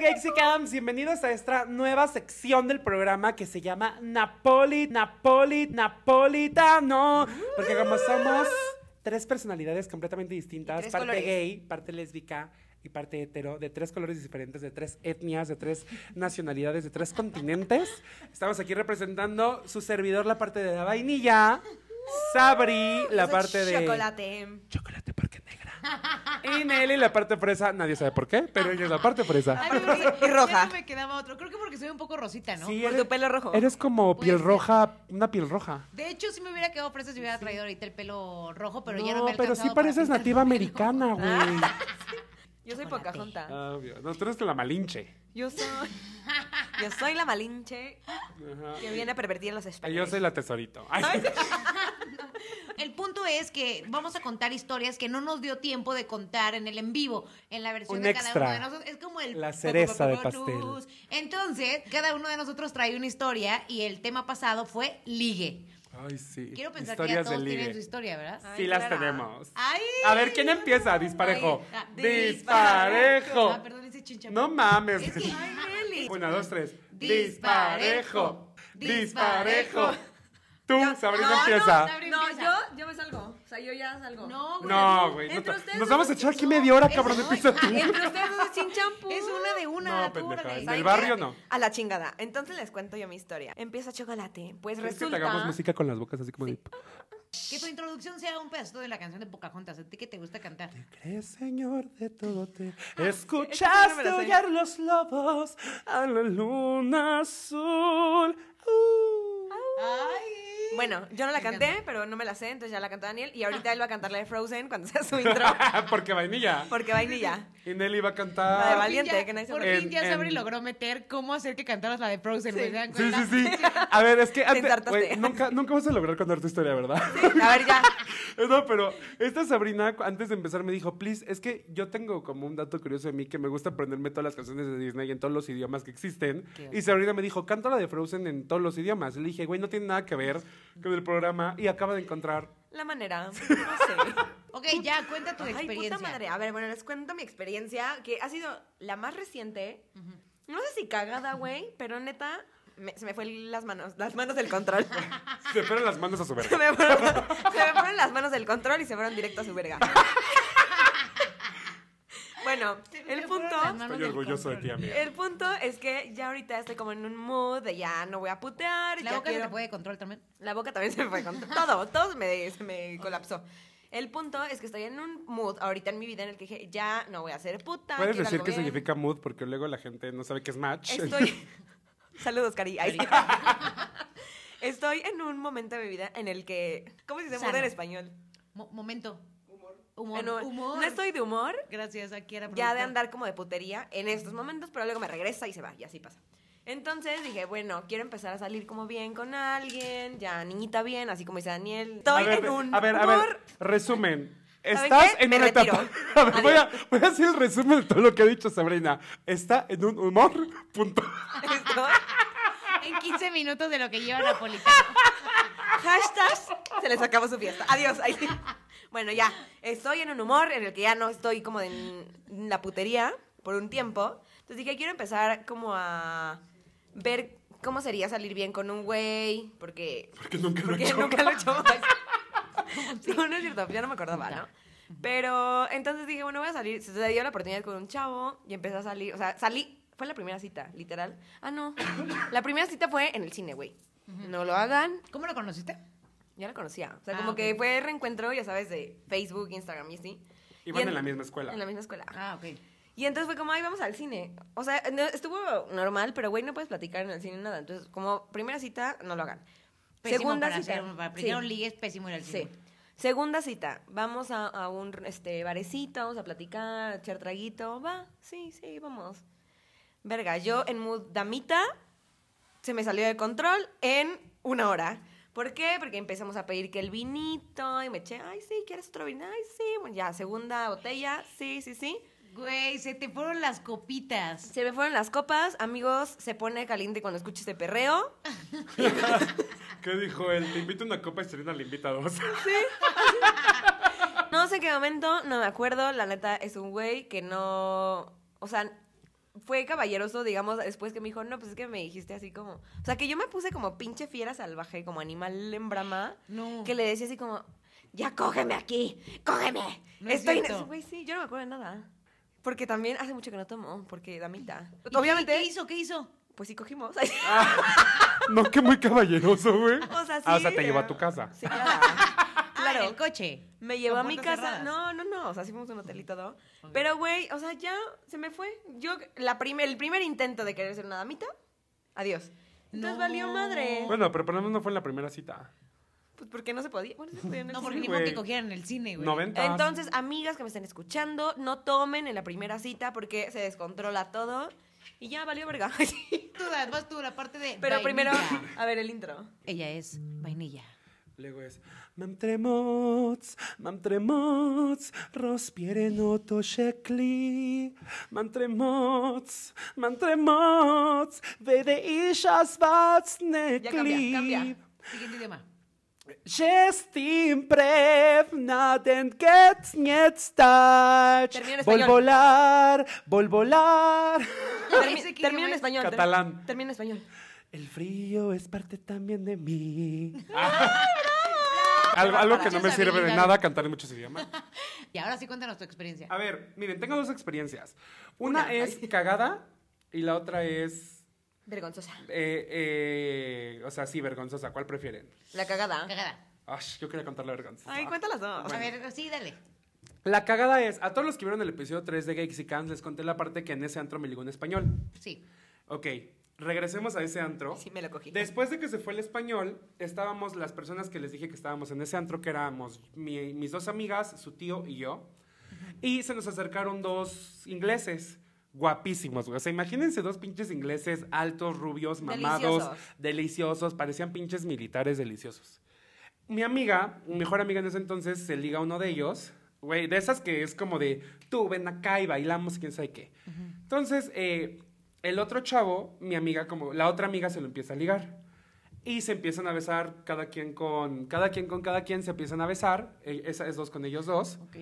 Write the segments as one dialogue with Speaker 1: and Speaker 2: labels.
Speaker 1: Gexicams, bienvenidos a esta nueva sección del programa que se llama Napoli, Napoli, Napolitano. Porque como somos tres personalidades completamente distintas,
Speaker 2: tres
Speaker 1: parte
Speaker 2: colores.
Speaker 1: gay, parte lésbica y parte hetero, de tres colores diferentes, de tres etnias, de tres nacionalidades, de tres continentes, estamos aquí representando su servidor, la parte de la vainilla, Sabri, la
Speaker 2: Soy
Speaker 1: parte de...
Speaker 2: Chocolate. em,
Speaker 1: Chocolate porque negra. Y Nelly, la parte fresa, nadie sabe por qué, pero ella es la parte fresa.
Speaker 3: Ay, pero
Speaker 2: Y
Speaker 3: ya- ya
Speaker 2: roja.
Speaker 3: no me quedaba otro. Creo que porque soy un poco rosita, ¿no?
Speaker 1: Sí,
Speaker 2: Por
Speaker 1: eres-
Speaker 2: tu pelo rojo.
Speaker 1: Eres como
Speaker 3: Puede
Speaker 1: piel
Speaker 3: ser.
Speaker 1: roja, una piel roja.
Speaker 3: De hecho, si me hubiera quedado fresa, si hubiera traído ahorita el pelo rojo, pero
Speaker 1: no,
Speaker 3: ya no me
Speaker 1: pero sí
Speaker 3: alcanzaba para
Speaker 1: pareces
Speaker 3: pintarme
Speaker 1: nativa
Speaker 3: el pelo. Ah.
Speaker 1: americana, güey.
Speaker 2: Yo soy
Speaker 3: Chocolate.
Speaker 2: Pocahontas.
Speaker 1: Obvio. No, tú eres la malinche.
Speaker 2: Yo soy. Yo soy la malinche
Speaker 1: Ajá.
Speaker 2: que viene a pervertir a los
Speaker 1: Y
Speaker 2: españoles.
Speaker 1: Yo soy la tesorito. Ay,
Speaker 3: El punto es que vamos a contar historias que no nos dio tiempo de contar en el en vivo, en la versión
Speaker 1: Un
Speaker 3: de
Speaker 1: extra.
Speaker 3: cada uno de nosotros. Es como el
Speaker 1: La cereza de
Speaker 3: Plus. Entonces, cada uno de nosotros trae una historia y el tema pasado fue ligue.
Speaker 1: Ay, sí.
Speaker 3: Quiero pensar
Speaker 1: Historias
Speaker 3: que
Speaker 1: de
Speaker 3: ya todos
Speaker 1: ligue.
Speaker 3: tienen su historia, ¿verdad?
Speaker 2: Ay,
Speaker 1: Sí las
Speaker 2: claro.
Speaker 1: tenemos.
Speaker 3: Ay.
Speaker 1: Ah. A ver, ¿quién empieza? Disparejo.
Speaker 3: Ay, ah,
Speaker 1: Disparejo.
Speaker 3: Ah, perdón, ese chinchón.
Speaker 1: No mames.
Speaker 3: Es que- ay, Nelly.
Speaker 1: Una, dos, tres.
Speaker 3: Disparejo.
Speaker 1: Disparejo.
Speaker 3: Disparejo.
Speaker 1: Tú,
Speaker 2: Yo-
Speaker 1: Sabrina,
Speaker 2: no, no,
Speaker 1: empieza.
Speaker 3: Sabri-
Speaker 2: No,
Speaker 3: Empieza.
Speaker 2: yo, yo me salgo. O sea, yo ya salgo.
Speaker 3: No, güey.
Speaker 1: No, güey. no
Speaker 2: Entre
Speaker 1: te-
Speaker 2: ustedes
Speaker 1: Nos
Speaker 2: no
Speaker 1: vamos a
Speaker 2: se
Speaker 1: echar aquí
Speaker 2: chingó.
Speaker 1: media hora,
Speaker 3: Eso
Speaker 1: cabrón.
Speaker 3: no,
Speaker 1: Empieza tú.
Speaker 2: Entre ustedes dos sin champú.
Speaker 3: Es una de una.
Speaker 1: No, pendeja. En
Speaker 3: órale.
Speaker 1: el barrio no.
Speaker 2: A la chingada. Entonces les cuento yo mi historia. Empieza chocolate. Pues
Speaker 1: ¿Quieres que
Speaker 2: resulta.
Speaker 1: te hagamos música con las bocas así como de...
Speaker 3: Que tu introducción sea un pedacito de la canción de Pocahontas, a ti que te gusta cantar.
Speaker 1: Crees, Señor, de todo te
Speaker 2: esa sí no me
Speaker 1: escuchaste
Speaker 2: la sé.
Speaker 1: huyar los lobos a la luna azul. Uh.
Speaker 3: Ay.
Speaker 2: Bueno, yo no la
Speaker 3: Me
Speaker 2: canté,
Speaker 3: encanta.
Speaker 2: pero no me la sé, entonces ya la cantó Daniel. Y ahorita él va a cantar la de Frozen cuando sea su intro.
Speaker 1: Porque vainilla.
Speaker 2: Porque vainilla.
Speaker 1: Y Nelly va a
Speaker 2: La de
Speaker 1: cantar.
Speaker 2: Vali- valiente,
Speaker 3: Por fin ya-
Speaker 2: que nadie se
Speaker 3: Por
Speaker 1: muere.
Speaker 3: fin
Speaker 1: En-
Speaker 3: ya Sabri
Speaker 1: en-
Speaker 3: logró meter cómo hacer que cantaras la de Frozen, güey, ¿se dan
Speaker 1: Sí, sí,
Speaker 3: cuenta?
Speaker 1: sí. A ver, es que antes,
Speaker 2: ensartaste.
Speaker 1: güey, nunca, nunca vas a lograr contar tu historia, ¿verdad?
Speaker 2: A ver, ya.
Speaker 1: No, pero esta Sabrina, cu- antes de empezar, me dijo, please, es que yo tengo como un dato curioso de mí que me gusta aprenderme todas las canciones de Disney en todos los idiomas que existen. Y Sabrina me dijo, cántala de Frozen en todos los idiomas. Le dije, güey, no tiene nada que ver con el programa. Y acaba de encontrar.
Speaker 2: La manera. No sé.
Speaker 3: Ok, ya, cuenta tu
Speaker 2: Ay,
Speaker 3: experiencia.
Speaker 2: puta madre. A ver, bueno, les cuento mi experiencia, que ha sido la más reciente. No sé si cagada, güey, pero neta, me- se me fue las manos, las manos del control.
Speaker 1: Se fueron las manos a su
Speaker 2: se,
Speaker 1: verga.
Speaker 2: me fueron, se me fueron las manos del control y se fueron directo a su verga. bueno, el punto...
Speaker 1: Estoy orgulloso de ti, amiga.
Speaker 2: El punto es que ya ahorita estoy como en un mood de ya no voy a putear.
Speaker 3: La
Speaker 2: ya
Speaker 3: boca se
Speaker 2: quiero-
Speaker 3: te puede control también.
Speaker 2: la boca también se me fue con todo, todo se me, se me colapsó. El punto es que estoy en un mood ahorita en mi vida en el que dije, ya no voy a ser puta.
Speaker 1: Puedes
Speaker 2: quiero
Speaker 1: decir
Speaker 2: algo
Speaker 1: qué
Speaker 2: bien.
Speaker 1: significa mood porque luego la gente no sabe qué es match.
Speaker 2: Estoy... Saludos, Cari. Ay, sí. estoy en un momento de mi vida en el que... ¿Cómo se dice mood
Speaker 3: Sana.
Speaker 2: en español?
Speaker 3: Mo- momento. Humor.
Speaker 2: En un-
Speaker 3: Humor. Humor.
Speaker 2: No estoy de humor,
Speaker 3: Gracias, aquí era
Speaker 2: ya de
Speaker 3: productor.
Speaker 2: andar como de putería en estos momentos, pero luego me regresa y se va, y así pasa. Entonces dije, bueno, quiero empezar a salir como bien con alguien, ya niñita bien, así como dice Daniel. Estoy
Speaker 1: a ver,
Speaker 2: en un
Speaker 1: a ver, a
Speaker 2: humor
Speaker 1: ver, resumen.
Speaker 2: ¿Saben
Speaker 1: Estás
Speaker 2: qué?
Speaker 1: en
Speaker 2: Me
Speaker 1: una
Speaker 2: retiro.
Speaker 1: etapa. A ver, voy, a, voy a hacer el resumen de todo lo que ha dicho Sabrina. Está en un humor, punto.
Speaker 2: Estoy-
Speaker 3: En 15 minutos de lo que lleva Napolitano.
Speaker 2: Hashtags, se les acabó su fiesta. Adiós. Ay, sí. Bueno, ya. Estoy en un humor en el que ya no estoy como en la putería por un tiempo. Entonces dije, quiero empezar como a ver cómo sería salir bien con un güey. Porque,
Speaker 1: Porque nunca lo he
Speaker 2: porque
Speaker 1: hecho.
Speaker 2: nunca lo he hecho. No, no es cierto. Ya no me acordaba, ¿no? Pero entonces dije, bueno, voy a salir. Se dio la oportunidad con un chavo y empecé a salir. O sea, salí. Fue la primera cita, literal. Ah, no. La primera cita fue en el cine, güey. No lo hagan.
Speaker 3: ¿Cómo lo conociste?
Speaker 2: Ya la conocía. O sea,
Speaker 3: Ah,
Speaker 2: como
Speaker 3: ok.
Speaker 2: que fue reencuentro, ya sabes, de Facebook, Instagram y así.
Speaker 1: Iban
Speaker 2: Y
Speaker 1: en la misma escuela.
Speaker 2: En la misma escuela.
Speaker 3: Ah, ok.
Speaker 2: Y entonces fue como, ay, vamos al cine. O sea, no- estuvo normal, pero güey, no puedes platicar en el cine nada. Entonces, como primera cita, no lo hagan.
Speaker 3: Pésimo
Speaker 2: Segunda
Speaker 3: para
Speaker 2: cita.
Speaker 3: hacer un- para primero
Speaker 2: Sí.
Speaker 3: un ligue es pésimo ir al
Speaker 2: Sí.
Speaker 3: cine.
Speaker 2: Segunda cita, vamos a, a un este, barecito, vamos a platicar, a echar traguito, va, sí, sí, vamos. Verga, yo en mood damita se me salió de control en una hora. ¿Por qué? Porque empezamos a pedir que el vinito y me eché, ay, sí, ¿quieres otro vino? Ay, sí, bueno, ya, segunda botella, sí, sí, sí.
Speaker 3: Güey, se te fueron las copitas.
Speaker 2: Se me fueron las copas, amigos, se pone caliente cuando escucho este perreo.
Speaker 1: ¿Qué dijo él? Te invito una copa y Sabrina le invita dos.
Speaker 2: No sé en qué momento, no me acuerdo. La neta es un güey que no. O sea, fue caballeroso, digamos, después que me dijo, no, pues es que me dijiste así como. O sea, que yo me puse como pinche fiera salvaje, como animal en brama,
Speaker 3: No.
Speaker 2: que le decía así como, ya cógeme aquí, cógeme.
Speaker 3: No es
Speaker 2: Estoy en
Speaker 3: cierto.
Speaker 2: Güey, sí, yo no me acuerdo de nada. Porque también hace mucho que no tomo, porque damita.
Speaker 3: ¿Y qué-
Speaker 2: Obviamente,
Speaker 3: ¿Qué hizo? ¿Qué hizo?
Speaker 2: pues sí cogimos.
Speaker 3: Ah.
Speaker 1: No, que muy caballeroso, güey.
Speaker 2: O sea,
Speaker 1: Ah, o
Speaker 2: sí,
Speaker 1: sea, te
Speaker 2: eh,
Speaker 1: llevó a tu casa.
Speaker 2: Sí, claro.
Speaker 3: Ah, en
Speaker 2: Claro.
Speaker 3: el coche.
Speaker 2: Me llevó a
Speaker 3: Con
Speaker 2: mi
Speaker 3: puertas
Speaker 2: casa.
Speaker 3: cerradas.
Speaker 2: No, no, no. O sea, sí fuimos a un hotel y todo.
Speaker 3: Ok.
Speaker 2: Pero, güey, o sea, ya se me fue. Yo, la primer, el primer intento de querer ser una damita, adiós. Entonces
Speaker 3: No.
Speaker 2: valió madre.
Speaker 1: Bueno, pero por lo menos no fue en la primera cita.
Speaker 2: Pues porque no se podía. Bueno, sí se podía, no
Speaker 3: No,
Speaker 2: sé.
Speaker 3: porque
Speaker 1: Sí,
Speaker 3: ni modo
Speaker 1: güey.
Speaker 3: que cogieran en el cine, güey.
Speaker 1: 90.
Speaker 2: Entonces, amigas que me están escuchando, no tomen en la primera cita porque se descontrola todo. Y ya valió verga. Sí.
Speaker 3: Tú das, vas tú, la parte de
Speaker 2: Pero primero,
Speaker 3: vainilla.
Speaker 2: a ver el intro.
Speaker 3: Ella es vainilla.
Speaker 1: Luego es Mam tremoc, mam tremoc, rozpierę no to szekli. Mam tremoc, mam tremoc, wede isza zwacne
Speaker 2: Ya cambia, cambia.
Speaker 3: Siguiente idioma.
Speaker 1: Jestim prewna ten get nie stać.
Speaker 2: Termina en español.
Speaker 1: Bolbolar, bolbolar.
Speaker 3: Ay,
Speaker 2: Termi-
Speaker 3: ese que
Speaker 2: termina
Speaker 3: yo
Speaker 2: en
Speaker 3: me-
Speaker 2: español. ter-
Speaker 1: Catalán.
Speaker 2: Termina en español.
Speaker 1: El frío es parte también de mí.
Speaker 2: Ah,
Speaker 1: algo algo que no me
Speaker 3: Muchas
Speaker 1: sirve de
Speaker 3: habilidades.
Speaker 1: nada cantar en muchos idiomas.
Speaker 3: Y ahora sí cuéntanos tu experiencia.
Speaker 1: A ver, miren, tengo dos experiencias. Una,
Speaker 2: Una.
Speaker 1: es cagada y la otra es,
Speaker 2: Vergonzosa.
Speaker 1: eh, eh, o sea, sí, vergonzosa. ¿Cuál prefieren?
Speaker 2: La cagada.
Speaker 3: Cagada.
Speaker 1: Ay, yo quería contar la vergonzosa.
Speaker 2: Ay, cuéntalas dos.
Speaker 3: A ver, sí, dale.
Speaker 1: La cagada es, a todos los que vieron el episodio 3 de Geeks y Cans, les conté la parte que en ese antro me ligó un español.
Speaker 3: Sí.
Speaker 1: Ok, regresemos a ese antro.
Speaker 2: Sí, me lo cogí.
Speaker 1: Después de que se fue el español, estábamos las personas que les dije que estábamos en ese antro, que éramos mi- mis dos amigas, su tío y yo. Y se nos acercaron dos ingleses, guapísimos, güey. O sea, imagínense dos pinches ingleses altos, rubios, mamados,
Speaker 2: Deliciosos.
Speaker 1: deliciosos, parecían pinches militares deliciosos. Mi amiga, mi mejor amiga en ese entonces, se liga a uno de ellos. Güey, de esas que es como de, tú ven acá y bailamos, quién sabe qué. Entonces, eh, el otro chavo, mi amiga, como la otra amiga se lo empieza a ligar. Y se empiezan a besar cada quien con cada quien, con cada quien se empiezan a besar. eh, esa es dos con ellos dos.
Speaker 3: Ok.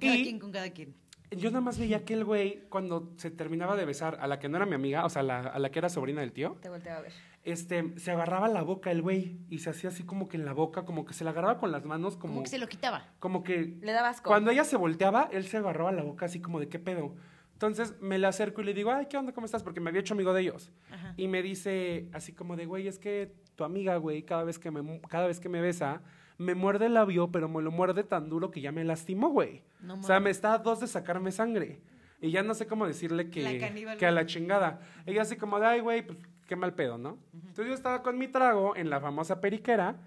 Speaker 3: Cada
Speaker 1: Y-
Speaker 3: quien con cada quien.
Speaker 1: Yo nada más veía que el güey, cuando se terminaba de besar a la que no era mi amiga, o sea, la- a la que era sobrina del tío,
Speaker 2: Te volteo a ver.
Speaker 1: este, se agarraba la boca el güey y se hacía así como que en la boca, como que se la agarraba con las manos, como,
Speaker 3: Como que se lo quitaba.
Speaker 1: como que
Speaker 2: Le daba asco.
Speaker 1: cuando ella se volteaba, él se agarraba la boca así como de qué pedo. Entonces me le acerco y le digo, ay, ¿qué onda? ¿Cómo estás? Porque me había hecho amigo de ellos.
Speaker 3: Ajá.
Speaker 1: Y me dice así como de, güey, es que tu amiga, güey, cada vez que me, mu- cada vez que me besa, me muerde el labio, pero me lo muerde tan duro que ya me lastimó, güey.
Speaker 3: No
Speaker 1: o sea,
Speaker 3: mames.
Speaker 1: me está a dos de sacarme sangre. Y ya no sé cómo decirle
Speaker 3: La
Speaker 1: que,
Speaker 3: caníbal.
Speaker 1: que a la chingada. Ella así como de, ay, güey, pues qué mal pedo, ¿no? Entonces yo estaba con mi trago en la famosa periquera.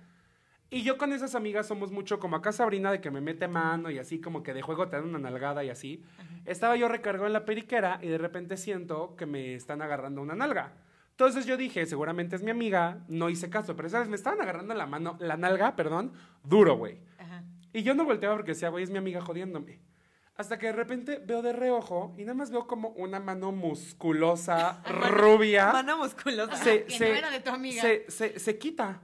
Speaker 1: Y yo con esas amigas somos mucho como acá Sabrina de que me mete mano y así como que de juego te dan una nalgada y así. Estaba yo recargado en la periquera y de repente siento que me están agarrando una nalga. Entonces yo dije, seguramente es mi amiga, no hice caso, pero sabes, me estaban agarrando la mano, la nalga, perdón, duro, güey.
Speaker 3: Ajá.
Speaker 1: Y yo no volteaba porque decía, güey, es mi amiga jodiéndome. Hasta que de repente veo de reojo y nada más veo como una mano musculosa, rubia
Speaker 2: Mano musculosa.
Speaker 1: se,
Speaker 3: que
Speaker 1: se-
Speaker 3: no era de tu amiga.
Speaker 1: Se, se- se quita.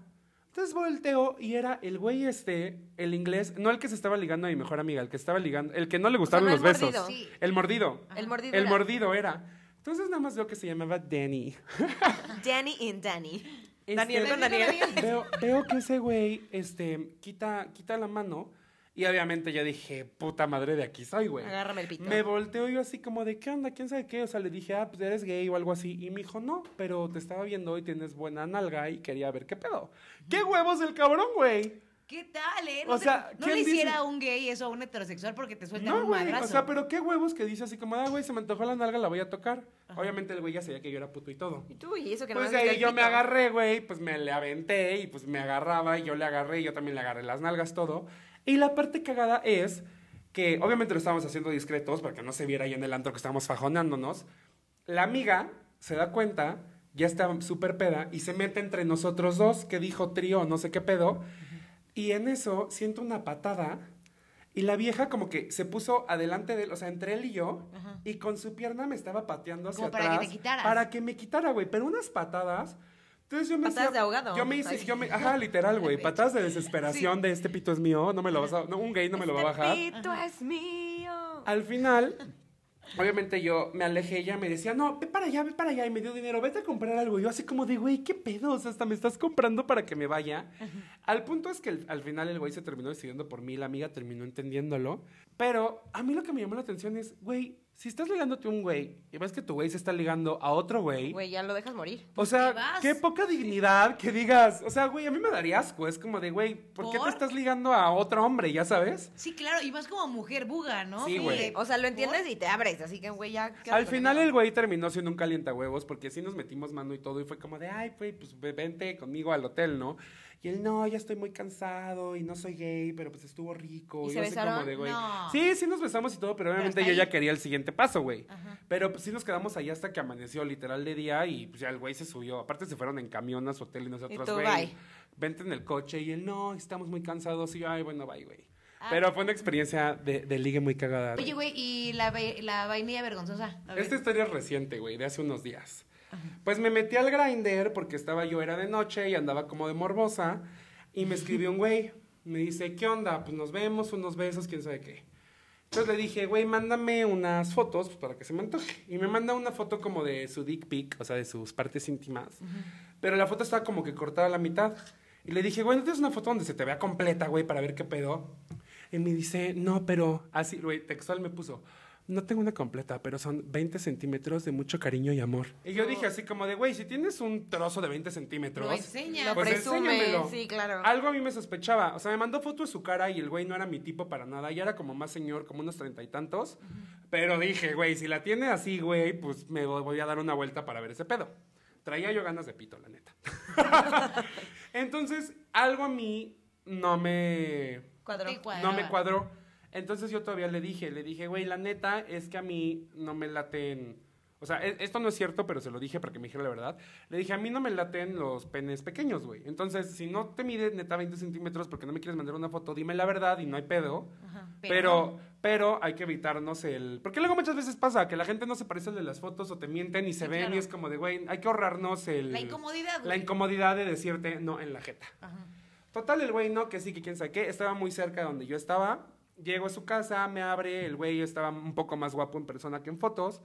Speaker 1: Entonces volteo y era el güey este, el inglés, no el que se estaba ligando a mi mejor amiga, el que estaba ligando, el que no le gustaron
Speaker 2: no el
Speaker 1: los besos.
Speaker 2: mordido.
Speaker 3: Sí.
Speaker 1: El mordido.
Speaker 2: El mordido.
Speaker 1: El
Speaker 2: era
Speaker 1: mordido era. Entonces nada más veo que se llamaba Danny.
Speaker 2: Danny and Danny.
Speaker 1: Este-
Speaker 2: Daniel con Daniel.
Speaker 1: veo, veo que ese güey este, quita, quita la mano y obviamente yo dije, puta madre, de aquí soy, güey.
Speaker 2: Agárrame el pito.
Speaker 1: Me volteo yo así como de, ¿qué onda? ¿Quién sabe qué? O sea, le dije, ah, pues eres gay o algo así. Y me dijo, no, pero te estaba viendo y tienes buena nalga y quería ver qué pedo. ¿Qué huevos el cabrón, güey?
Speaker 3: ¿Qué tal, eh?
Speaker 1: O
Speaker 3: No,
Speaker 1: sea,
Speaker 3: te, no
Speaker 1: ¿quién
Speaker 3: le hiciera
Speaker 1: dice-
Speaker 3: a un gay eso a un heterosexual porque te sueltan
Speaker 1: No,
Speaker 3: Pues, un
Speaker 1: güey.
Speaker 3: madrazo.
Speaker 1: O sea, pero qué huevos que dice así como, ah, güey, se me antojó la nalga, la voy a tocar. Obviamente el güey ya sabía que yo era puto y todo.
Speaker 2: Y tú, y eso que
Speaker 1: Pues
Speaker 2: no
Speaker 1: de
Speaker 2: haces
Speaker 1: ahí
Speaker 2: el
Speaker 1: yo me
Speaker 2: pito.
Speaker 1: agarré, güey, pues me le aventé y pues me agarraba y yo le agarré y yo también le agarré las nalgas, todo. Y la parte cagada es que obviamente lo estábamos haciendo discretos para que no se viera ahí en el antro que estábamos fajonándonos. La amiga se da cuenta, ya está súper peda y se mete entre nosotros dos, que dijo trío, no sé qué pedo. Y en eso siento una patada y la vieja como que se puso adelante de él, o sea, entre él y yo,
Speaker 3: Ajá.
Speaker 1: y con su pierna me estaba pateando hacia
Speaker 3: Como para que
Speaker 1: atrás,
Speaker 3: te quitaras.
Speaker 1: Para que me quitara, güey, pero unas patadas. Entonces yo me
Speaker 2: Patadas
Speaker 1: hacía-
Speaker 2: de ahogado.
Speaker 1: Yo me hice,
Speaker 2: Ay.
Speaker 1: yo me, ajá, literal, güey, patadas de desesperación de este pito es mío, no me lo vas a, no, un gay no me lo va a
Speaker 2: Este
Speaker 1: bajar.
Speaker 2: pito es mío.
Speaker 1: Al final, Obviamente yo me alejé, ella me decía, no, ve para allá, ve para allá, y me dio dinero, vete a comprar algo. Yo así como de, güey, ¿qué pedo? O sea, hasta me estás comprando para que me vaya. Al punto es que el- al final el güey se terminó decidiendo por mí, la amiga terminó entendiéndolo. Pero a mí lo que me llamó la atención es, güey, si estás ligándote a un güey y ves que tu güey se está ligando a otro güey,
Speaker 2: Güey, ya lo dejas morir.
Speaker 1: o
Speaker 3: ¿qué
Speaker 1: sea,
Speaker 3: vas?
Speaker 1: qué poca dignidad que digas. O sea, güey, a mí me daría asco. Es como de, güey, ¿por, qué te
Speaker 3: ¿Por?
Speaker 1: estás ligando a otro hombre? Ya sabes.
Speaker 3: Sí, claro, y vas como mujer buga, ¿no?
Speaker 1: Sí, güey.
Speaker 3: de-
Speaker 2: O sea, lo entiendes y te abres, así que, güey, ya... quédate
Speaker 1: Al
Speaker 2: con
Speaker 1: final
Speaker 2: él.
Speaker 1: el güey terminó siendo un calientahuevos porque sí nos metimos mano y todo y fue como de, ay, güey, pues ve- vente conmigo al hotel, ¿no? Y él, no, ya estoy muy cansado y no soy gay, pero pues estuvo rico.
Speaker 2: ¿Y se
Speaker 1: yo así como
Speaker 2: besaron?
Speaker 1: de, güey.
Speaker 3: No.
Speaker 1: Sí, sí nos besamos y todo, pero obviamente
Speaker 3: hasta
Speaker 1: yo ya
Speaker 3: ahí.
Speaker 1: quería el siguiente paso, güey.
Speaker 3: Ajá.
Speaker 1: Pero pues sí nos quedamos ahí hasta que amaneció literal de día y pues ya el güey se subió. Aparte se fueron en camión a su hotel y nosotros,
Speaker 2: tú,
Speaker 1: güey,
Speaker 2: bye.
Speaker 1: vente en el coche y él, no, estamos muy cansados y yo, ay, bueno, bye, güey.
Speaker 3: Ah.
Speaker 1: Pero fue una experiencia de, de ligue muy cagada. güey.
Speaker 3: Oye, güey, y la, vai- la vainilla vergonzosa. A ver.
Speaker 1: Esta historia Este es reciente, güey, de hace unos días. Pues me metí al grinder porque estaba yo, era de noche y andaba como de morbosa. Y me escribió un güey. Me dice, ¿qué onda? Pues nos vemos, unos besos, quién sabe qué. Entonces le dije, güey, mándame unas fotos pues, para que se me antoje. Y me manda una foto como de su dick pic, o sea, de sus partes íntimas. Pero la foto estaba como que cortada a la mitad. Y le dije, güey, ¿no tienes una foto donde se te vea completa, güey, para ver qué pedo? Y me dice, no, pero así, güey, textual me puso, no tengo una completa, pero son 20 centímetros de mucho cariño y amor. Y yo dije así como de, güey, si tienes un trozo de 20 centímetros,
Speaker 3: Lo enseña.
Speaker 2: Lo
Speaker 1: pues enséñamelo.
Speaker 2: presume, sí, claro.
Speaker 1: Algo a mí me sospechaba. O sea, me mandó foto de su cara y el güey no era mi tipo para nada. Ya era como más señor, como unos treinta y tantos. Pero dije, güey, si la tiene así, güey, pues me vo- voy a dar una vuelta para ver ese pedo. Traía yo ganas de pito, la neta. Entonces, algo a mí no me,
Speaker 2: Cuadro.
Speaker 3: Te cuadra.
Speaker 1: no me cuadró. Entonces yo todavía le dije, le dije, güey, la neta es que a mí no me laten... O sea, e- esto no es cierto, pero se lo dije para que me dijera la verdad. Le dije, a mí no me laten los penes pequeños, güey. Entonces, si no te mide neta 20 centímetros porque no me quieres mandar una foto, dime la verdad y no hay pedo.
Speaker 3: Ajá,
Speaker 1: Pero, pero hay que evitarnos el. Porque luego muchas veces pasa que la gente no se parece al de las fotos o te mienten y se
Speaker 3: Sí,
Speaker 1: ven
Speaker 3: claro.
Speaker 1: y es como de, güey, hay que ahorrarnos el.
Speaker 3: La incomodidad,
Speaker 1: La
Speaker 3: güey.
Speaker 1: incomodidad de decirte no en la jeta.
Speaker 3: Ajá.
Speaker 1: Total, el güey no, que sí, que quién sabe qué. Estaba muy cerca de donde yo estaba. Llego a su casa, me abre, el güey estaba un poco más guapo en persona que en fotos.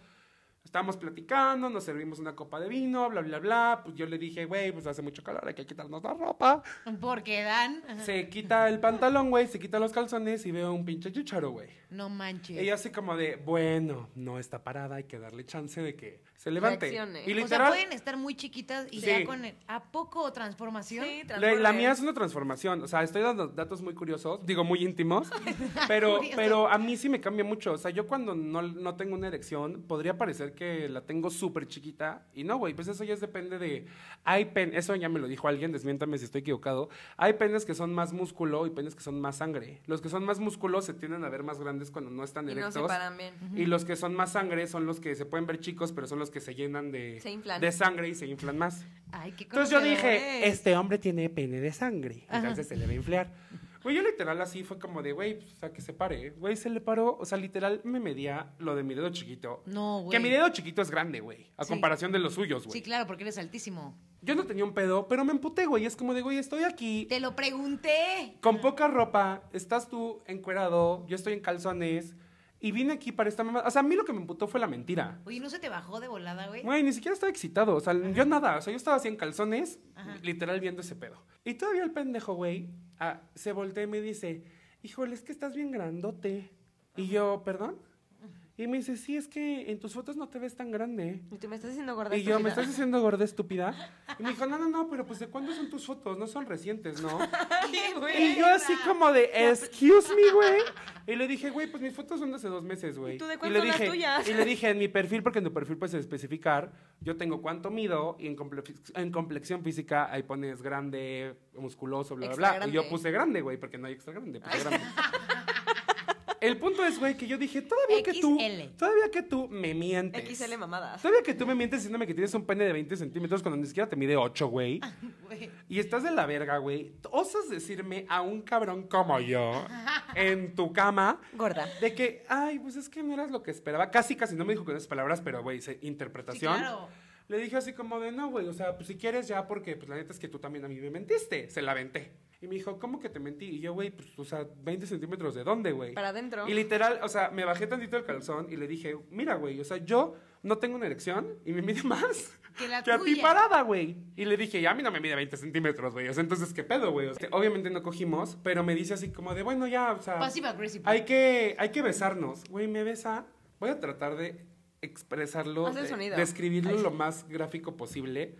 Speaker 1: Estábamos platicando, nos servimos una copa de vino, bla, bla, bla. Pues yo le dije, güey, pues hace mucho calor, hay que quitarnos la ropa.
Speaker 3: Porque dan. Ajá.
Speaker 1: Se quita el pantalón, güey, se quita los calzones y veo un pinche chucharo, güey.
Speaker 3: No manches.
Speaker 1: Ella así como de, bueno, no está parada, hay que darle chance de que se levante.
Speaker 2: Reaccione.
Speaker 1: Y
Speaker 3: O sea,
Speaker 1: literal,
Speaker 3: pueden estar muy chiquitas y
Speaker 1: Sí.
Speaker 3: ya con el- ¿A poco transformación?
Speaker 2: Sí,
Speaker 1: la, la
Speaker 2: transforme.
Speaker 1: mía es una transformación. O sea, estoy dando datos muy curiosos, digo, muy íntimos, pero,
Speaker 3: Curiosos.
Speaker 1: pero a mí sí me cambia mucho. O sea, yo cuando no, no tengo una erección, podría parecer que la tengo súper chiquita. Y no, güey, pues eso ya es depende de... Hay pen, eso ya me lo dijo alguien, desmiéntame si estoy equivocado. Hay penes que son más músculo y penes que son más sangre. Los que son más músculo se tienden a ver más grandes cuando no están
Speaker 2: Y no
Speaker 1: erectos.
Speaker 2: se paran bien.
Speaker 1: Y los que son más sangre son los que se pueden ver chicos, pero son los que se llenan de,
Speaker 2: Se inflan.
Speaker 1: de sangre y se inflan más.
Speaker 3: Ay, qué ¿eh?
Speaker 1: Entonces yo
Speaker 3: conocedores.
Speaker 1: dije, este hombre tiene pene de sangre, entonces se le va a inflar. Güey, yo literal así fue como de, güey, pues, o sea, que se pare. Güey, se le paró, o sea, literal me medía lo de mi dedo chiquito.
Speaker 3: No, güey.
Speaker 1: Que mi dedo chiquito es grande, güey, a
Speaker 3: Sí.
Speaker 1: comparación de los suyos, güey.
Speaker 3: Sí, claro, porque eres altísimo.
Speaker 1: Yo no tenía un pedo, pero me emputé, güey, es como de, güey, estoy aquí,
Speaker 3: Te lo pregunté.
Speaker 1: con poca ropa, estás tú encuerado, yo estoy en calzones, y vine aquí para esta mamá. O sea, a mí lo que me emputó fue la mentira.
Speaker 3: Oye, ¿no se te bajó de volada, güey?
Speaker 1: Güey, ni siquiera estaba excitado. O sea, yo nada. O sea, yo estaba así en calzones,
Speaker 3: Ajá.
Speaker 1: literal viendo ese pedo. Y todavía el pendejo, güey, ah, se voltea y me dice, híjole, es que estás bien grandote. Y yo, ¿perdón? Y me dice, sí, es que en tus fotos no te ves tan grande.
Speaker 2: Y tú me estás haciendo gorda.
Speaker 1: Y yo, ¿me
Speaker 2: estúpida.
Speaker 1: estás haciendo gorda estúpida? Y me dijo, no, no, no, pero pues, ¿de cuándo son tus fotos? No son recientes, ¿no?
Speaker 3: Qué
Speaker 1: Y yo así
Speaker 3: verga.
Speaker 1: como de,
Speaker 2: pues.
Speaker 1: excuse me, güey. Y le dije, güey, pues mis fotos son de hace dos meses, güey.
Speaker 2: ¿Y tú de cuándo
Speaker 1: le
Speaker 2: son las
Speaker 1: dije,
Speaker 2: tuyas?
Speaker 1: Y le dije, en mi perfil, porque en tu perfil puedes especificar, yo tengo cuánto mido y en, comple- en complexión física ahí pones grande, musculoso, bla, bla, bla.
Speaker 2: Extra
Speaker 1: Y yo
Speaker 2: grande.
Speaker 1: puse grande, güey, porque no hay extra grande, puse grande. El punto es, güey, que yo dije, todavía que tú,
Speaker 3: XL.
Speaker 1: todavía que tú me mientes.
Speaker 2: XL mamadas.
Speaker 1: Todavía que tú me mientes diciéndome que tienes un pene de 20 centímetros cuando ni siquiera te mide 8, güey.
Speaker 3: Güey.
Speaker 1: Y estás de la verga, güey. ¿Osas decirme a un cabrón como yo en tu cama
Speaker 2: Gorda.
Speaker 1: de que, ay, pues es que no eras lo que esperaba? Casi, casi no me dijo con esas palabras, pero, güey, se-
Speaker 3: Sí,
Speaker 1: interpretación.
Speaker 3: claro.
Speaker 1: Le dije así como de, no, güey, o sea, pues si quieres ya, porque pues la neta es que tú también a mí me mentiste. Se la venté. Y me dijo, ¿cómo que te mentí? Y yo, güey, pues, o sea, 20 centímetros de dónde, güey.
Speaker 2: Para adentro.
Speaker 1: Y literal, o sea, me bajé tantito el calzón y le dije, mira, güey, o sea, yo no tengo una erección y me mide más
Speaker 3: Que la
Speaker 1: a ti
Speaker 3: tuya.
Speaker 1: parada, güey. Y le dije, ya a mí no me mide 20 centímetros, güey. O sea, entonces, ¿qué pedo, güey? O sea, obviamente no cogimos, pero me dice así como de, bueno, ya, o sea,
Speaker 3: Pasiva agresiva.
Speaker 1: hay que, hay que besarnos. Güey, me besa. Voy a tratar de expresarlo,
Speaker 2: Haz el
Speaker 1: de-
Speaker 2: sonido.
Speaker 1: describirlo
Speaker 2: Ay.
Speaker 1: lo más gráfico posible.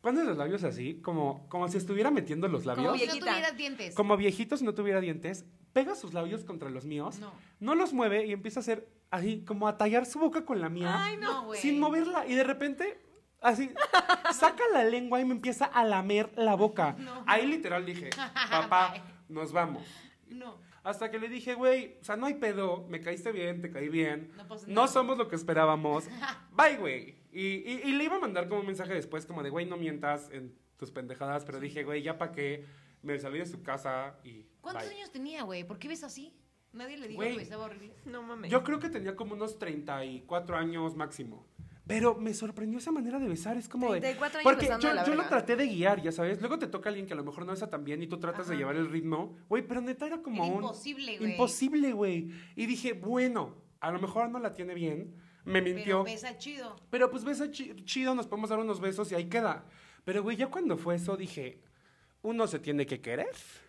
Speaker 1: Pones los labios así, como, como si estuviera metiendo los labios. Como,
Speaker 3: Como si no
Speaker 2: Viejita.
Speaker 3: tuvieras dientes.
Speaker 1: viejito si no tuviera dientes. Pega sus labios contra los míos.
Speaker 3: No.
Speaker 1: no los mueve y empieza a hacer así, como a tallar su boca con la mía.
Speaker 3: Ay, no, güey.
Speaker 1: Sin moverla. Y de repente, así, saca la lengua y me empieza a lamer la boca.
Speaker 3: No.
Speaker 1: Ahí literal dije, papá,
Speaker 3: Bye.
Speaker 1: nos vamos.
Speaker 3: No.
Speaker 1: Hasta que le dije, güey, o sea, no hay pedo, me caíste bien, te caí bien.
Speaker 3: No
Speaker 1: No,
Speaker 3: pasa nada.
Speaker 1: somos lo que esperábamos. Bye, güey. Y, y- y le iba a mandar como un mensaje después, como de, güey, no mientas en tus pendejadas, pero dije, güey, ya pa' qué. Me salí de su casa y.
Speaker 3: ¿Cuántos
Speaker 1: bye.
Speaker 3: años tenía, güey? ¿Por qué ves así? Nadie le dijo
Speaker 1: Güey.
Speaker 3: que estaba horrible.
Speaker 2: No mames.
Speaker 1: Yo creo que tenía como unos 34 años máximo. Pero me sorprendió esa manera de besar, es como
Speaker 2: 34
Speaker 1: de...
Speaker 2: años
Speaker 1: Porque
Speaker 2: besando
Speaker 1: yo,
Speaker 2: a la
Speaker 1: yo lo
Speaker 2: verga.
Speaker 1: traté de guiar, ya sabes. Luego te toca alguien que a lo mejor no besa tan bien y tú tratas de
Speaker 2: Ajá.
Speaker 1: llevar el ritmo. Güey, pero neta era como
Speaker 3: Era
Speaker 1: un...
Speaker 3: imposible, güey.
Speaker 1: Imposible, güey. Y dije, bueno, a lo mejor no la tiene bien, me
Speaker 3: Pero
Speaker 1: mintió. Pero,
Speaker 3: pesa chido.
Speaker 1: pues besa chi- chido, nos podemos dar unos besos y ahí queda. Pero, güey, ya cuando fue eso dije, uno se tiene que querer,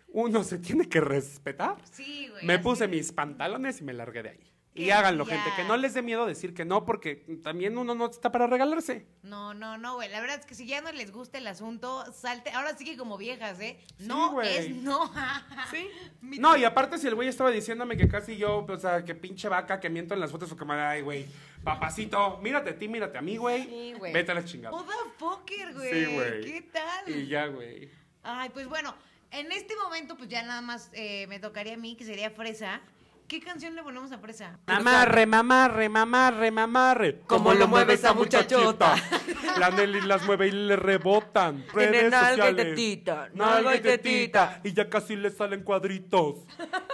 Speaker 1: uno se tiene que respetar.
Speaker 3: Sí, güey.
Speaker 1: Me
Speaker 3: así.
Speaker 1: puse mis pantalones y me largué de ahí. Y
Speaker 3: Qué
Speaker 1: háganlo,
Speaker 3: tía.
Speaker 1: gente, que no les dé miedo decir que no, porque también uno no está para regalarse.
Speaker 3: No, no, no, güey. La verdad es que si ya no les gusta el asunto, salte. Ahora sí que como viejas, ¿eh?
Speaker 1: Sí,
Speaker 3: No
Speaker 1: güey.
Speaker 3: es no.
Speaker 2: Sí.
Speaker 3: Mi-
Speaker 1: No, y aparte si el güey estaba diciéndome que casi yo, o sea, que pinche vaca, que miento en las fotos, o que me ay, güey, papacito, mírate a ti, mírate a mí, güey.
Speaker 2: Sí, güey.
Speaker 1: Vete a la chingada.
Speaker 3: Motherfucker, Oh, güey.
Speaker 1: Sí, güey.
Speaker 3: ¿Qué tal?
Speaker 1: Y ya, güey.
Speaker 3: Ay, pues bueno, en este momento, pues ya nada más eh, me tocaría a mí, que sería Fresa. ¿Qué canción le ponemos a Fresa?
Speaker 1: Mamarre, mamarre, mamarre, mamarre.
Speaker 2: Como lo mueve esa muchachota.
Speaker 1: La Nelly las mueve y le rebotan.
Speaker 2: Tiene
Speaker 1: Redes
Speaker 2: nalga y
Speaker 1: sociales.
Speaker 2: tetita,
Speaker 1: Nalga
Speaker 2: nalga
Speaker 1: y
Speaker 2: y
Speaker 1: tetita. Y ya casi le salen cuadritos.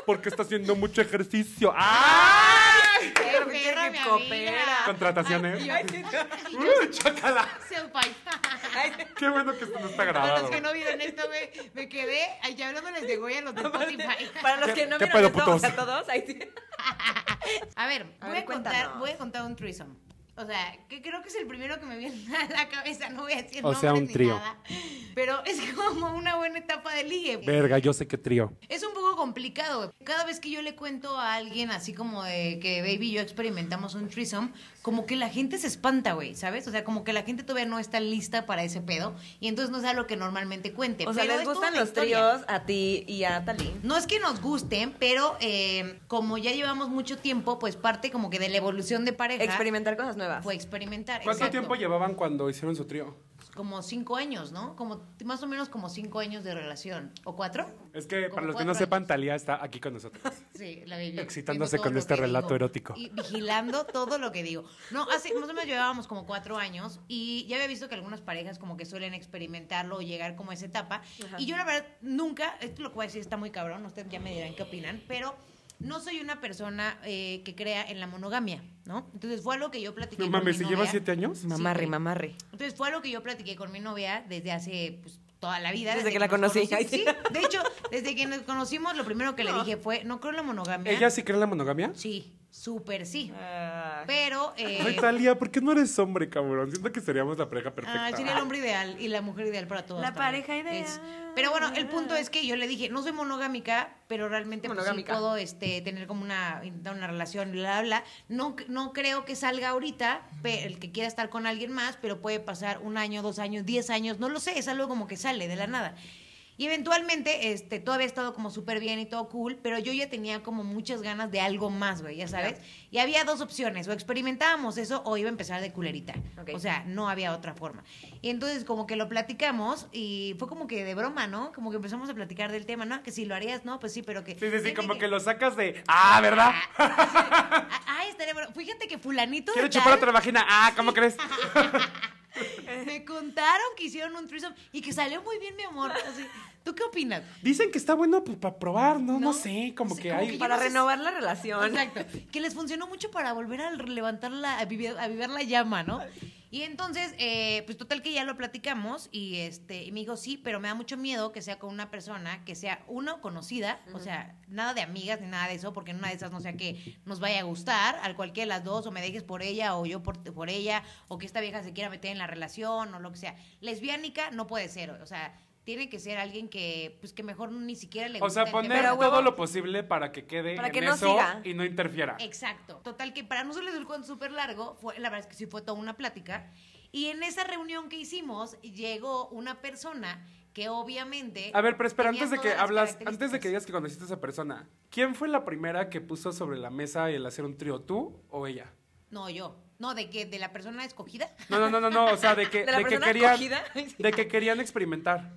Speaker 1: Porque está haciendo mucho ejercicio. ¡Ay!
Speaker 3: ¡Qué
Speaker 2: Oye,
Speaker 3: perra,
Speaker 2: qué
Speaker 3: mi
Speaker 2: copera.
Speaker 3: amiga!
Speaker 1: Contrataciones.
Speaker 2: Ay, sí, no.
Speaker 1: ¡Uh, chócala!
Speaker 3: Senpai.
Speaker 2: Ay, sí.
Speaker 1: Qué bueno que esto no está
Speaker 3: Para
Speaker 1: grabado.
Speaker 3: los que no vieron esto, güey, me quedé ay, ya hablándoles de Goya, los de Spotify.
Speaker 2: Para los que
Speaker 1: ¿Qué-
Speaker 2: no
Speaker 1: qué
Speaker 2: vieron
Speaker 1: pedo,
Speaker 2: esto, o sea,
Speaker 1: putos?
Speaker 2: todos, ahí sí.
Speaker 3: A ver,
Speaker 2: A
Speaker 3: voy,
Speaker 2: ver,
Speaker 3: a contar,
Speaker 2: cuéntanos.
Speaker 3: voy a contar un threesome. O sea, que creo que es el primero que me viene a la cabeza, no voy a decir
Speaker 1: O sea,
Speaker 3: nombres
Speaker 1: un
Speaker 3: ni
Speaker 1: trío.
Speaker 3: nada. Pero es como una buena etapa de ligue.
Speaker 1: Verga, yo sé qué trío.
Speaker 3: Es un poco complicado. Cada vez que yo le cuento a alguien así como de que Baby y yo experimentamos un threesome, como que la gente se espanta, güey, ¿sabes? O sea, como que la gente todavía no está lista para ese pedo y entonces no es algo que normalmente cuente.
Speaker 2: O sea,
Speaker 3: Pero
Speaker 2: les
Speaker 3: es toda
Speaker 2: gustan
Speaker 3: una
Speaker 2: los
Speaker 3: historia.
Speaker 2: tríos a ti y a Talín.
Speaker 3: No es que nos gusten, pero eh, como ya llevamos mucho tiempo, pues parte como que de la evolución de pareja
Speaker 2: Experimentar cosas nuevas.
Speaker 3: fue experimentar.
Speaker 1: ¿Cuánto
Speaker 3: exacto.
Speaker 1: tiempo llevaban cuando hicieron su trío?
Speaker 3: Como cinco años, ¿no? Como más o menos como cinco años de relación. ¿O cuatro?
Speaker 1: Es que
Speaker 3: Como
Speaker 1: para los que no
Speaker 3: cuatro
Speaker 1: sepan,
Speaker 3: años.
Speaker 1: Talía está aquí con nosotros.
Speaker 3: Sí, la Baby.
Speaker 1: Excitándose
Speaker 3: Viendo
Speaker 1: con
Speaker 3: todo lo
Speaker 1: este
Speaker 3: que
Speaker 1: relato
Speaker 3: digo.
Speaker 1: erótico.
Speaker 3: Y vigilando todo lo que digo. No, hace más o menos llevábamos como cuatro años y ya había visto que algunas parejas como que suelen experimentarlo o llegar como a esa etapa.
Speaker 2: Ajá.
Speaker 3: Y yo la verdad nunca, esto lo que voy a decir está muy cabrón, ustedes ya me dirán qué opinan, pero no soy una persona eh, que crea en la monogamia, ¿no? Entonces fue algo que yo platiqué
Speaker 1: No
Speaker 3: con
Speaker 1: mames,
Speaker 3: mi
Speaker 1: ¿se lleva
Speaker 3: novia.
Speaker 1: siete años?
Speaker 2: Mamarre,
Speaker 3: Sí, güey.
Speaker 2: mamarre.
Speaker 3: Entonces fue algo que yo platiqué con mi novia desde hace pues, toda la vida.
Speaker 2: Desde que la
Speaker 3: nos
Speaker 2: conocí.
Speaker 3: conocimos. Sí, de hecho, desde que nos conocimos, lo primero que le dije fue, no creo en la monogamia.
Speaker 1: ¿Ella sí cree en la monogamia?
Speaker 3: Sí, súper sí.
Speaker 2: Ah.
Speaker 3: Pero... eh,
Speaker 1: Ay, Talía, ¿por qué no eres hombre, cabrón? Siento que seríamos la pareja perfecta.
Speaker 3: Ah, sería el hombre ideal y la mujer ideal para todos.
Speaker 2: La
Speaker 3: también.
Speaker 2: pareja ideal.
Speaker 3: Pero bueno, el punto es que yo le dije, no soy monogámica, pero realmente pues, sí
Speaker 2: Monogámica.
Speaker 3: puedo este, tener como una, una relación, bla, bla. No, no creo que salga ahorita pe- el que quiera estar con alguien más, pero puede pasar un año, dos años, diez años, no lo sé, es algo como que sale de la nada. Y eventualmente, este, todo había estado como súper bien y todo cool, pero yo ya tenía como muchas ganas de algo más, güey, ya sabes. Y había dos opciones, o experimentábamos eso o iba a empezar de culerita.
Speaker 2: Ok.
Speaker 3: O sea, no había otra forma. Y entonces como que lo platicamos y fue como que de broma, ¿no? Como que empezamos a platicar del tema, ¿no? Que si lo harías, no, pues sí, pero que...
Speaker 1: Sí, sí, sí,
Speaker 3: tiene
Speaker 1: como que lo sacas de. Ah, ¿verdad?
Speaker 3: Ah, ah, estaría bueno. Fíjate que fulanito... de
Speaker 1: Quiero
Speaker 3: tal-
Speaker 1: chupar otra vagina. Ah, ¿cómo crees?
Speaker 3: Me contaron que hicieron un threesome y que salió muy bien, mi amor. Así, ¿Tú qué opinas?
Speaker 1: Dicen que está bueno pues, para probar, ¿no? No,
Speaker 3: No.
Speaker 1: sé, como
Speaker 3: Sí,
Speaker 1: que
Speaker 3: como
Speaker 1: hay.
Speaker 3: que yo
Speaker 2: Para
Speaker 3: no sé si-
Speaker 2: renovar la relación.
Speaker 3: Exacto. Que les funcionó mucho para volver a levantar la, a vivir- a avivar la llama, ¿no? Y entonces, eh, pues total que ya lo platicamos y este y me dijo, sí, pero me da mucho miedo que sea con una persona que sea, uno, conocida, o sea, nada de amigas ni nada de eso, porque en una de esas no sea que nos vaya a gustar, al cualquiera de las dos, o me dejes por ella, o yo por, por ella, o que esta vieja se quiera meter en la relación, o lo que sea. Lesbiánica no puede ser, o sea, tiene que ser alguien que, pues que mejor ni siquiera le
Speaker 1: O sea,
Speaker 3: gusta, que-
Speaker 1: poner
Speaker 2: Pero,
Speaker 1: todo
Speaker 2: huevo,
Speaker 1: lo posible para que quede
Speaker 2: para
Speaker 1: en
Speaker 2: que no
Speaker 1: eso
Speaker 2: siga.
Speaker 1: y no interfiera.
Speaker 3: Eh, Exacto. Total que para nosotros el cuento súper largo, fue, la verdad es que sí fue toda una plática. Y en esa reunión que hicimos llegó una persona que obviamente...
Speaker 1: A ver, pero espera,
Speaker 3: tenía
Speaker 1: antes de que
Speaker 3: todas las
Speaker 1: hablas, antes de que
Speaker 3: características.
Speaker 1: digas que conociste a esa persona, ¿quién fue la primera que puso sobre la mesa el hacer un trío, tú o ella?
Speaker 3: No, yo. No, de que de la persona escogida.
Speaker 1: No, no, no, no, no, o sea, de que,
Speaker 2: ¿De la
Speaker 1: de que
Speaker 2: persona
Speaker 1: querían,
Speaker 2: acogida?
Speaker 1: de que querían experimentar.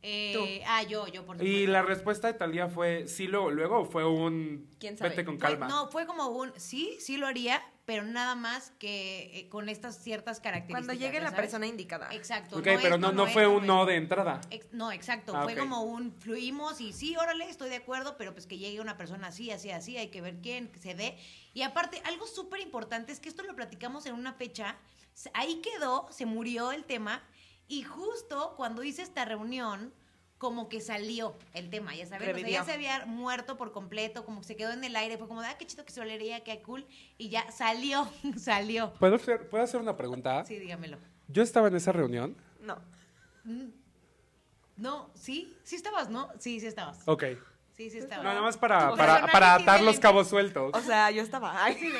Speaker 3: Eh,
Speaker 2: Tú.
Speaker 3: Ah, yo, yo, por supuesto.
Speaker 1: Y la respuesta de Talía fue sí luego, luego o fue un
Speaker 2: ¿Quién sabe?
Speaker 1: vete con
Speaker 3: Fue-
Speaker 1: calma.
Speaker 3: no, fue como un, sí, sí lo haría, pero nada más que eh, con estas ciertas características.
Speaker 2: Cuando llegue
Speaker 3: ¿ya
Speaker 2: la
Speaker 3: sabes?
Speaker 2: persona indicada.
Speaker 3: Exacto.
Speaker 1: ok,
Speaker 3: es,
Speaker 1: pero no, no
Speaker 3: es,
Speaker 1: fue un
Speaker 3: es.
Speaker 1: no de entrada.
Speaker 3: Ex- No, exacto.
Speaker 1: Ah,
Speaker 3: fue
Speaker 1: ok.
Speaker 3: como un fluimos y sí, órale, estoy de acuerdo, pero pues que llegue una persona así, así, así, hay que ver quién, que se dé. Y aparte, algo súper importante es que esto lo platicamos en una fecha, se- ahí quedó, se murió el tema, y justo cuando hice esta reunión, como que salió el tema, ya sabes, O sea,
Speaker 2: Revivió.
Speaker 3: ya se había muerto por completo, como que se quedó en el aire, fue como, de, ah, qué chido que se olería, qué cool, y ya salió, salió.
Speaker 1: ¿Puedo hacer, ¿Puedo hacer una pregunta?
Speaker 3: Sí, dígamelo.
Speaker 1: Yo estaba en esa reunión.
Speaker 2: No.
Speaker 3: No, sí, sí estabas, ¿no? Sí, sí estabas.
Speaker 1: Ok.
Speaker 3: Sí, sí
Speaker 1: No,
Speaker 3: estabas.
Speaker 1: nada más para,
Speaker 3: Tu
Speaker 1: para,
Speaker 3: personaje
Speaker 1: para
Speaker 3: tiene
Speaker 1: atar los
Speaker 3: lentes.
Speaker 1: cabos sueltos.
Speaker 2: O sea, yo estaba. Ay, sí,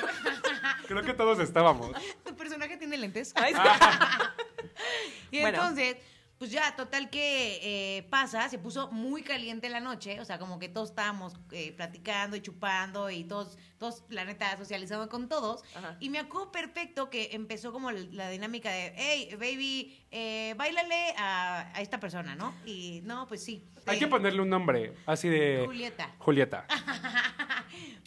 Speaker 1: Creo que todos estábamos.
Speaker 3: Tu personaje tiene lentes.
Speaker 2: ay, sí.
Speaker 3: Y
Speaker 2: Bueno.
Speaker 3: entonces, pues ya, total que eh, pasa, se puso muy caliente la noche, o sea, como que todos estábamos eh, platicando y chupando y todos, todos, la neta, socializando con todos.
Speaker 2: Ajá.
Speaker 3: Y me acuerdo perfecto que empezó como la, la dinámica de, hey, baby, eh, bailale a, a esta persona, ¿no? Y no, pues sí.
Speaker 1: Hay
Speaker 3: Eh,
Speaker 1: que ponerle un nombre, así de...
Speaker 3: Julieta. Ah.
Speaker 1: Julieta.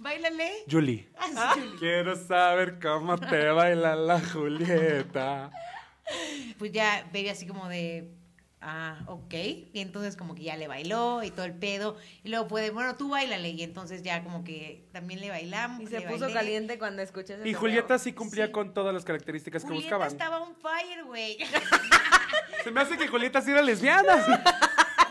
Speaker 3: Bailale.
Speaker 1: Julie.
Speaker 3: Así,
Speaker 2: Ah.
Speaker 3: Juli.
Speaker 1: Quiero saber cómo te baila la Julieta.
Speaker 3: pues ya Baby así como de, ah, ok. Y entonces como que ya le bailó y todo el pedo. Y luego fue de, bueno, tú bailale. Y entonces ya como que también le bailamos.
Speaker 2: Y se
Speaker 3: le
Speaker 2: puso
Speaker 3: bailé.
Speaker 2: caliente cuando escuché ese
Speaker 1: Y
Speaker 2: correo.
Speaker 1: Julieta sí cumplía
Speaker 3: Sí.
Speaker 1: con todas las características que
Speaker 3: Julieta
Speaker 1: buscaban.
Speaker 3: estaba on fire, güey.
Speaker 1: Se me hace que Julieta sí era lesbiana.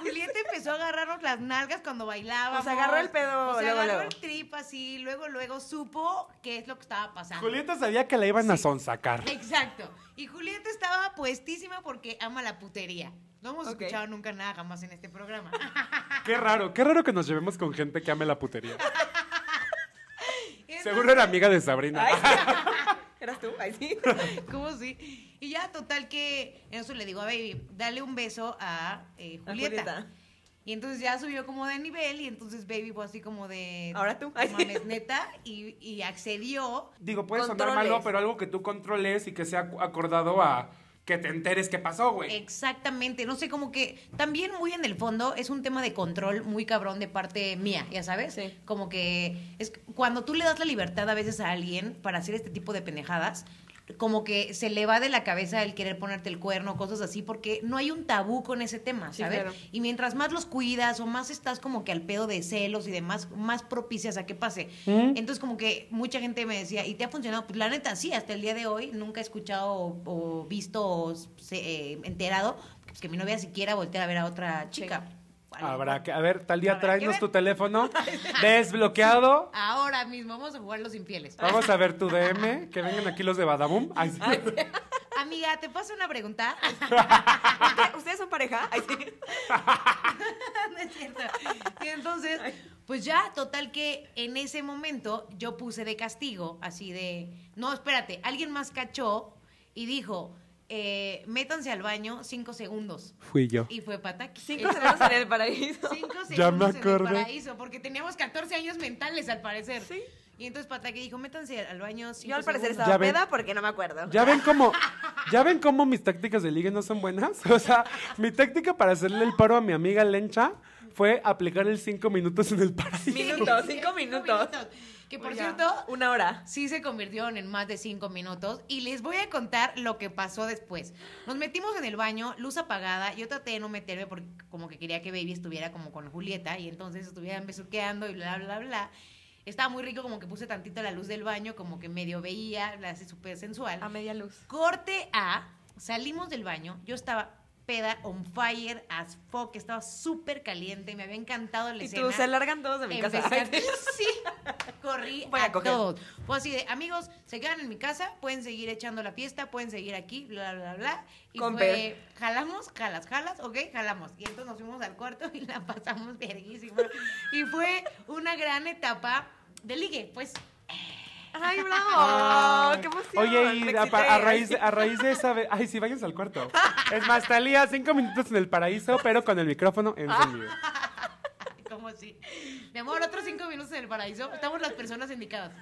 Speaker 3: Julieta empezó a agarrarnos las nalgas cuando bailaba.
Speaker 2: O sea, Pues agarró el pedo
Speaker 3: O sea,
Speaker 2: luego,
Speaker 3: agarró
Speaker 2: luego.
Speaker 3: el trip así. Luego, luego supo qué es lo que estaba pasando.
Speaker 1: Julieta sabía que la iban a
Speaker 3: Sí.
Speaker 1: sonsacar.
Speaker 3: Exacto. Y Julieta estaba puestísima porque ama la putería. No hemos
Speaker 2: Ok.
Speaker 3: escuchado nunca nada jamás en este programa.
Speaker 1: Qué raro, qué raro que nos llevemos con gente que ame la putería.
Speaker 3: Entonces-
Speaker 1: Seguro era amiga de Sabrina.
Speaker 2: Ay, ¿Eras tú? Ay, sí.
Speaker 3: ¿Cómo sí? Y ya, total que en eso le digo a Baby, dale un beso a, eh,
Speaker 2: A
Speaker 3: Julieta.
Speaker 2: Julieta.
Speaker 3: Y entonces ya subió como de nivel y entonces Baby fue así como de...
Speaker 2: Ahora tú.
Speaker 3: "No Mames, neta. Y, y accedió.
Speaker 1: Digo, puede sonar
Speaker 2: Controles.
Speaker 1: malo, pero algo que tú controles y que sea ac- acordado a que te enteres qué pasó, güey.
Speaker 3: Exactamente, no sé, como que también muy en el fondo es un tema de control muy cabrón de parte mía, ya sabes,
Speaker 2: Sí.
Speaker 3: como que es cuando tú le das la libertad a veces a alguien para hacer este tipo de pendejadas, como que se le va de la cabeza el querer ponerte el cuerno, cosas así, porque no hay un tabú con ese tema,
Speaker 2: Sí,
Speaker 3: ¿sabes?
Speaker 2: claro.
Speaker 3: Y mientras más los cuidas o más estás como que al pedo de celos y demás, más propicias a que pase. Entonces como que mucha gente me decía, ¿y te ha funcionado? Pues la neta, sí, hasta el día de hoy nunca he escuchado o, o visto o se- eh, enterado pues, que mi novia siquiera voltea a ver a otra chica.
Speaker 1: Habrá que, a ver, tal día
Speaker 3: Habrá que
Speaker 1: tráenos
Speaker 3: ver.
Speaker 1: tu teléfono desbloqueado.
Speaker 3: Ahora mismo vamos a jugar los infieles.
Speaker 1: Vamos a ver tu DM, que vengan aquí los de Badaboom. Ay, sí.
Speaker 3: Amiga, ¿te paso una pregunta? Ah,
Speaker 2: ¿Usted- ¿Ustedes son pareja? Ay, sí.
Speaker 3: No es cierto. Y entonces, pues ya, total que en ese momento yo puse de castigo, así de, no, espérate, alguien más cachó y dijo, eh, métanse al baño cinco segundos.
Speaker 1: Fui yo.
Speaker 3: Y fue Pataki.
Speaker 2: Cinco semanas en el paraíso.
Speaker 3: Cinco segundos
Speaker 1: Ya me
Speaker 3: en
Speaker 1: acordé.
Speaker 3: el paraíso, porque teníamos 14 años mentales al parecer.
Speaker 2: Sí.
Speaker 3: Y entonces Pataki dijo, métanse al baño cinco
Speaker 2: Yo al parecer
Speaker 1: Ya
Speaker 2: estaba
Speaker 1: ven.
Speaker 2: peda porque no me acuerdo.
Speaker 1: ¿Ya ven cómo, ya ven cómo mis tácticas de ligue no son buenas? O sea, mi táctica para hacerle el paro a mi amiga Lencha fue aplicar el cinco minutos en el paraíso.
Speaker 2: Minuto.
Speaker 3: segundos.
Speaker 2: cinco
Speaker 3: Cinco
Speaker 2: minutos.
Speaker 3: Que por
Speaker 2: Ya.
Speaker 3: cierto,
Speaker 2: Una hora.
Speaker 3: sí se convirtieron en más de cinco minutos y les voy a contar lo que pasó después. Nos metimos en el baño, luz apagada, yo traté de no meterme porque como que quería que Baby estuviera como con Julieta y entonces estuvieran besuqueando y bla, bla, bla. Estaba muy rico, como que puse tantito la luz del baño, como que medio veía, la hace súper sensual.
Speaker 2: A media luz.
Speaker 3: Corte A, salimos del baño, yo estaba peda, on fire, as fuck, estaba súper caliente, me había encantado la
Speaker 2: Y
Speaker 3: escena.
Speaker 2: tú, se largan todos de mi casa.
Speaker 3: Empecé a- sí, corrí
Speaker 2: Voy
Speaker 3: a,
Speaker 2: a coger.
Speaker 3: todos. Fue así de, amigos, se quedan en mi casa, pueden seguir echando la fiesta, pueden seguir aquí, bla, bla, bla. Y
Speaker 2: Con
Speaker 3: fue, jalamos, jalas, jalas, ok, jalamos. Y entonces nos fuimos al cuarto y la pasamos verguísima. Y fue una gran etapa de ligue, pues.
Speaker 2: ¡Ay,
Speaker 1: Ay.
Speaker 2: bravo! Oh, ¡Qué emoción!
Speaker 1: Oye,
Speaker 2: Me
Speaker 1: y a,
Speaker 2: excité.
Speaker 1: pa- a raíz, de- a raíz de esa vez. Ay, sí, váyanse al cuarto. Es más, Talía, cinco minutos en el paraíso, pero con el micrófono encendido.
Speaker 3: Como si, mi amor, otros cinco minutos en el paraíso. Estamos las personas indicadas.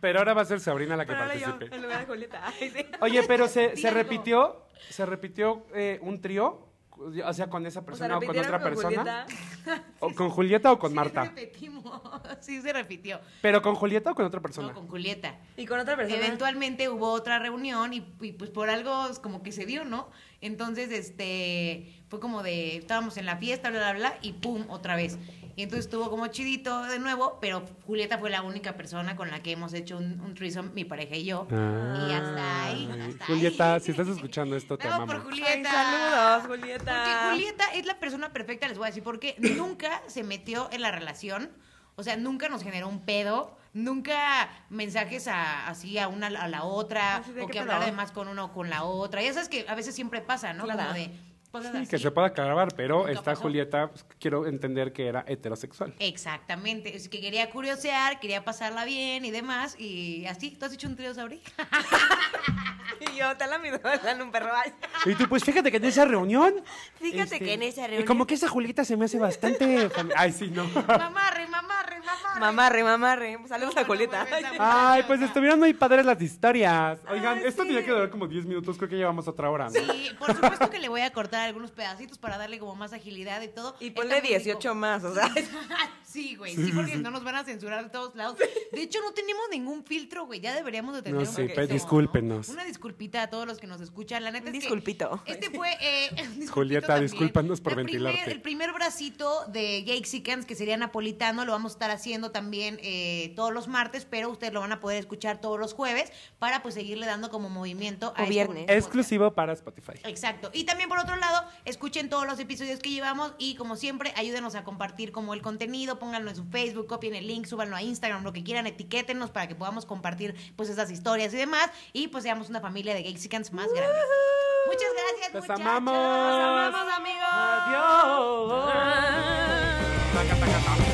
Speaker 1: Pero ahora va a ser Sabrina la que
Speaker 2: Pero ahora yo,
Speaker 1: participe.
Speaker 2: en lugar de Julieta. Ay, sí.
Speaker 1: Oye, pero se, se
Speaker 3: Digo.
Speaker 1: repitió, se repitió eh, un trío, o sea, con esa
Speaker 2: O sea,
Speaker 1: persona o, con
Speaker 2: repitieron
Speaker 1: otra
Speaker 2: con
Speaker 1: persona.
Speaker 2: Julieta.
Speaker 1: O con Julieta o con
Speaker 3: Sí,
Speaker 1: Marta.
Speaker 3: repetimos. Sí, se repitió.
Speaker 1: Pero con Julieta o con otra persona.
Speaker 3: No, con Julieta.
Speaker 2: Y con otra persona.
Speaker 3: Eventualmente hubo otra reunión y, y, pues por algo es como que se dio, ¿no? Entonces, este, fue como de, estábamos en la fiesta, bla, bla, bla, y pum, otra vez. Y entonces estuvo como chidito de nuevo, pero Julieta fue la única persona con la que hemos hecho un, un threesome, mi pareja y yo. Y hasta ahí,
Speaker 1: Ah, Ay,
Speaker 3: hasta
Speaker 1: Julieta,
Speaker 3: ahí.
Speaker 1: si estás escuchando esto, te
Speaker 3: Bravo
Speaker 1: amamos.
Speaker 3: por Julieta.
Speaker 2: Ay, saludos, Julieta.
Speaker 3: Porque Julieta es la persona perfecta, les voy a decir, porque nunca se metió en la relación, o sea, nunca nos generó un pedo, nunca mensajes a- así a una a la otra,
Speaker 2: Así de,
Speaker 3: o
Speaker 2: ¿qué
Speaker 3: que
Speaker 2: pedo?
Speaker 3: hablar de más con una o con la otra. Ya sabes que a veces siempre pasa, ¿no?
Speaker 2: Claro. Pues,
Speaker 3: Como de cosas
Speaker 1: Sí,
Speaker 3: así.
Speaker 1: que se pueda acabar, pero
Speaker 3: Nunca
Speaker 1: esta
Speaker 3: pasó.
Speaker 1: Julieta, pues, quiero entender que era heterosexual.
Speaker 3: Exactamente, es que quería curiosear, quería pasarla bien y demás, y así. ¿Tú has hecho un trío, Sabri?
Speaker 2: Y yo, te la mido, en un perro. Ay.
Speaker 1: Y tú, pues fíjate que en esa reunión.
Speaker 2: Fíjate que en esa
Speaker 1: Este, Y
Speaker 2: reunión-
Speaker 1: como que esa Julieta se me hace bastante. fami- Ay, sí, no.
Speaker 3: mamarre, mamarre, mamarre.
Speaker 2: Mamarre, mamarre. Pues, Saludos a
Speaker 3: Bueno,
Speaker 2: Julieta.
Speaker 3: vuelves a-
Speaker 1: Ay, pues estuvieron muy padres las historias. Oigan,
Speaker 2: Ay,
Speaker 1: esto
Speaker 2: sí.
Speaker 1: tenía que durar como 10 minutos, creo que llevamos otra hora, ¿no?
Speaker 3: Sí, por supuesto que le voy a cortar algunos pedacitos para darle como más agilidad y todo.
Speaker 2: Y
Speaker 3: Está
Speaker 2: ponle
Speaker 3: muy rico.
Speaker 2: 18 más, o sea.
Speaker 3: ah, Sí, güey, sí, porque no nos van a censurar de todos lados. De hecho, no tenemos ningún filtro, güey. Ya deberíamos de tener
Speaker 1: No,
Speaker 3: un
Speaker 1: sí,
Speaker 2: pero
Speaker 3: filtro, ¿no?
Speaker 1: discúlpenos.
Speaker 3: Una disculpita a todos los que nos escuchan. La neta
Speaker 2: Un
Speaker 3: es que
Speaker 2: disculpito.
Speaker 3: Este fue. eh, un disculpito
Speaker 1: Julieta,
Speaker 3: también.
Speaker 1: discúlpanos por
Speaker 3: La primer-
Speaker 1: ventilarte.
Speaker 3: el primer bracito de Gexicans, que sería napolitano, lo vamos a estar haciendo también eh, todos los martes, pero ustedes lo van a poder escuchar todos los jueves para pues seguirle dando como movimiento a
Speaker 2: O
Speaker 3: este
Speaker 2: viernes.
Speaker 3: podcast.
Speaker 1: Exclusivo para Spotify.
Speaker 3: Exacto. Y también por otro lado, escuchen todos los episodios que llevamos y como siempre, ayúdenos a compartir como el contenido, pónganlo en su Facebook, copien el link, súbanlo a Instagram, lo que quieran, etiquétenos para que podamos compartir pues esas historias y demás y pues seamos una familia de Gexicans más grande. Muchas gracias,
Speaker 1: Los
Speaker 3: muchachos.
Speaker 1: amamos.
Speaker 2: amigos.
Speaker 1: Adiós. Taca, taca, taca.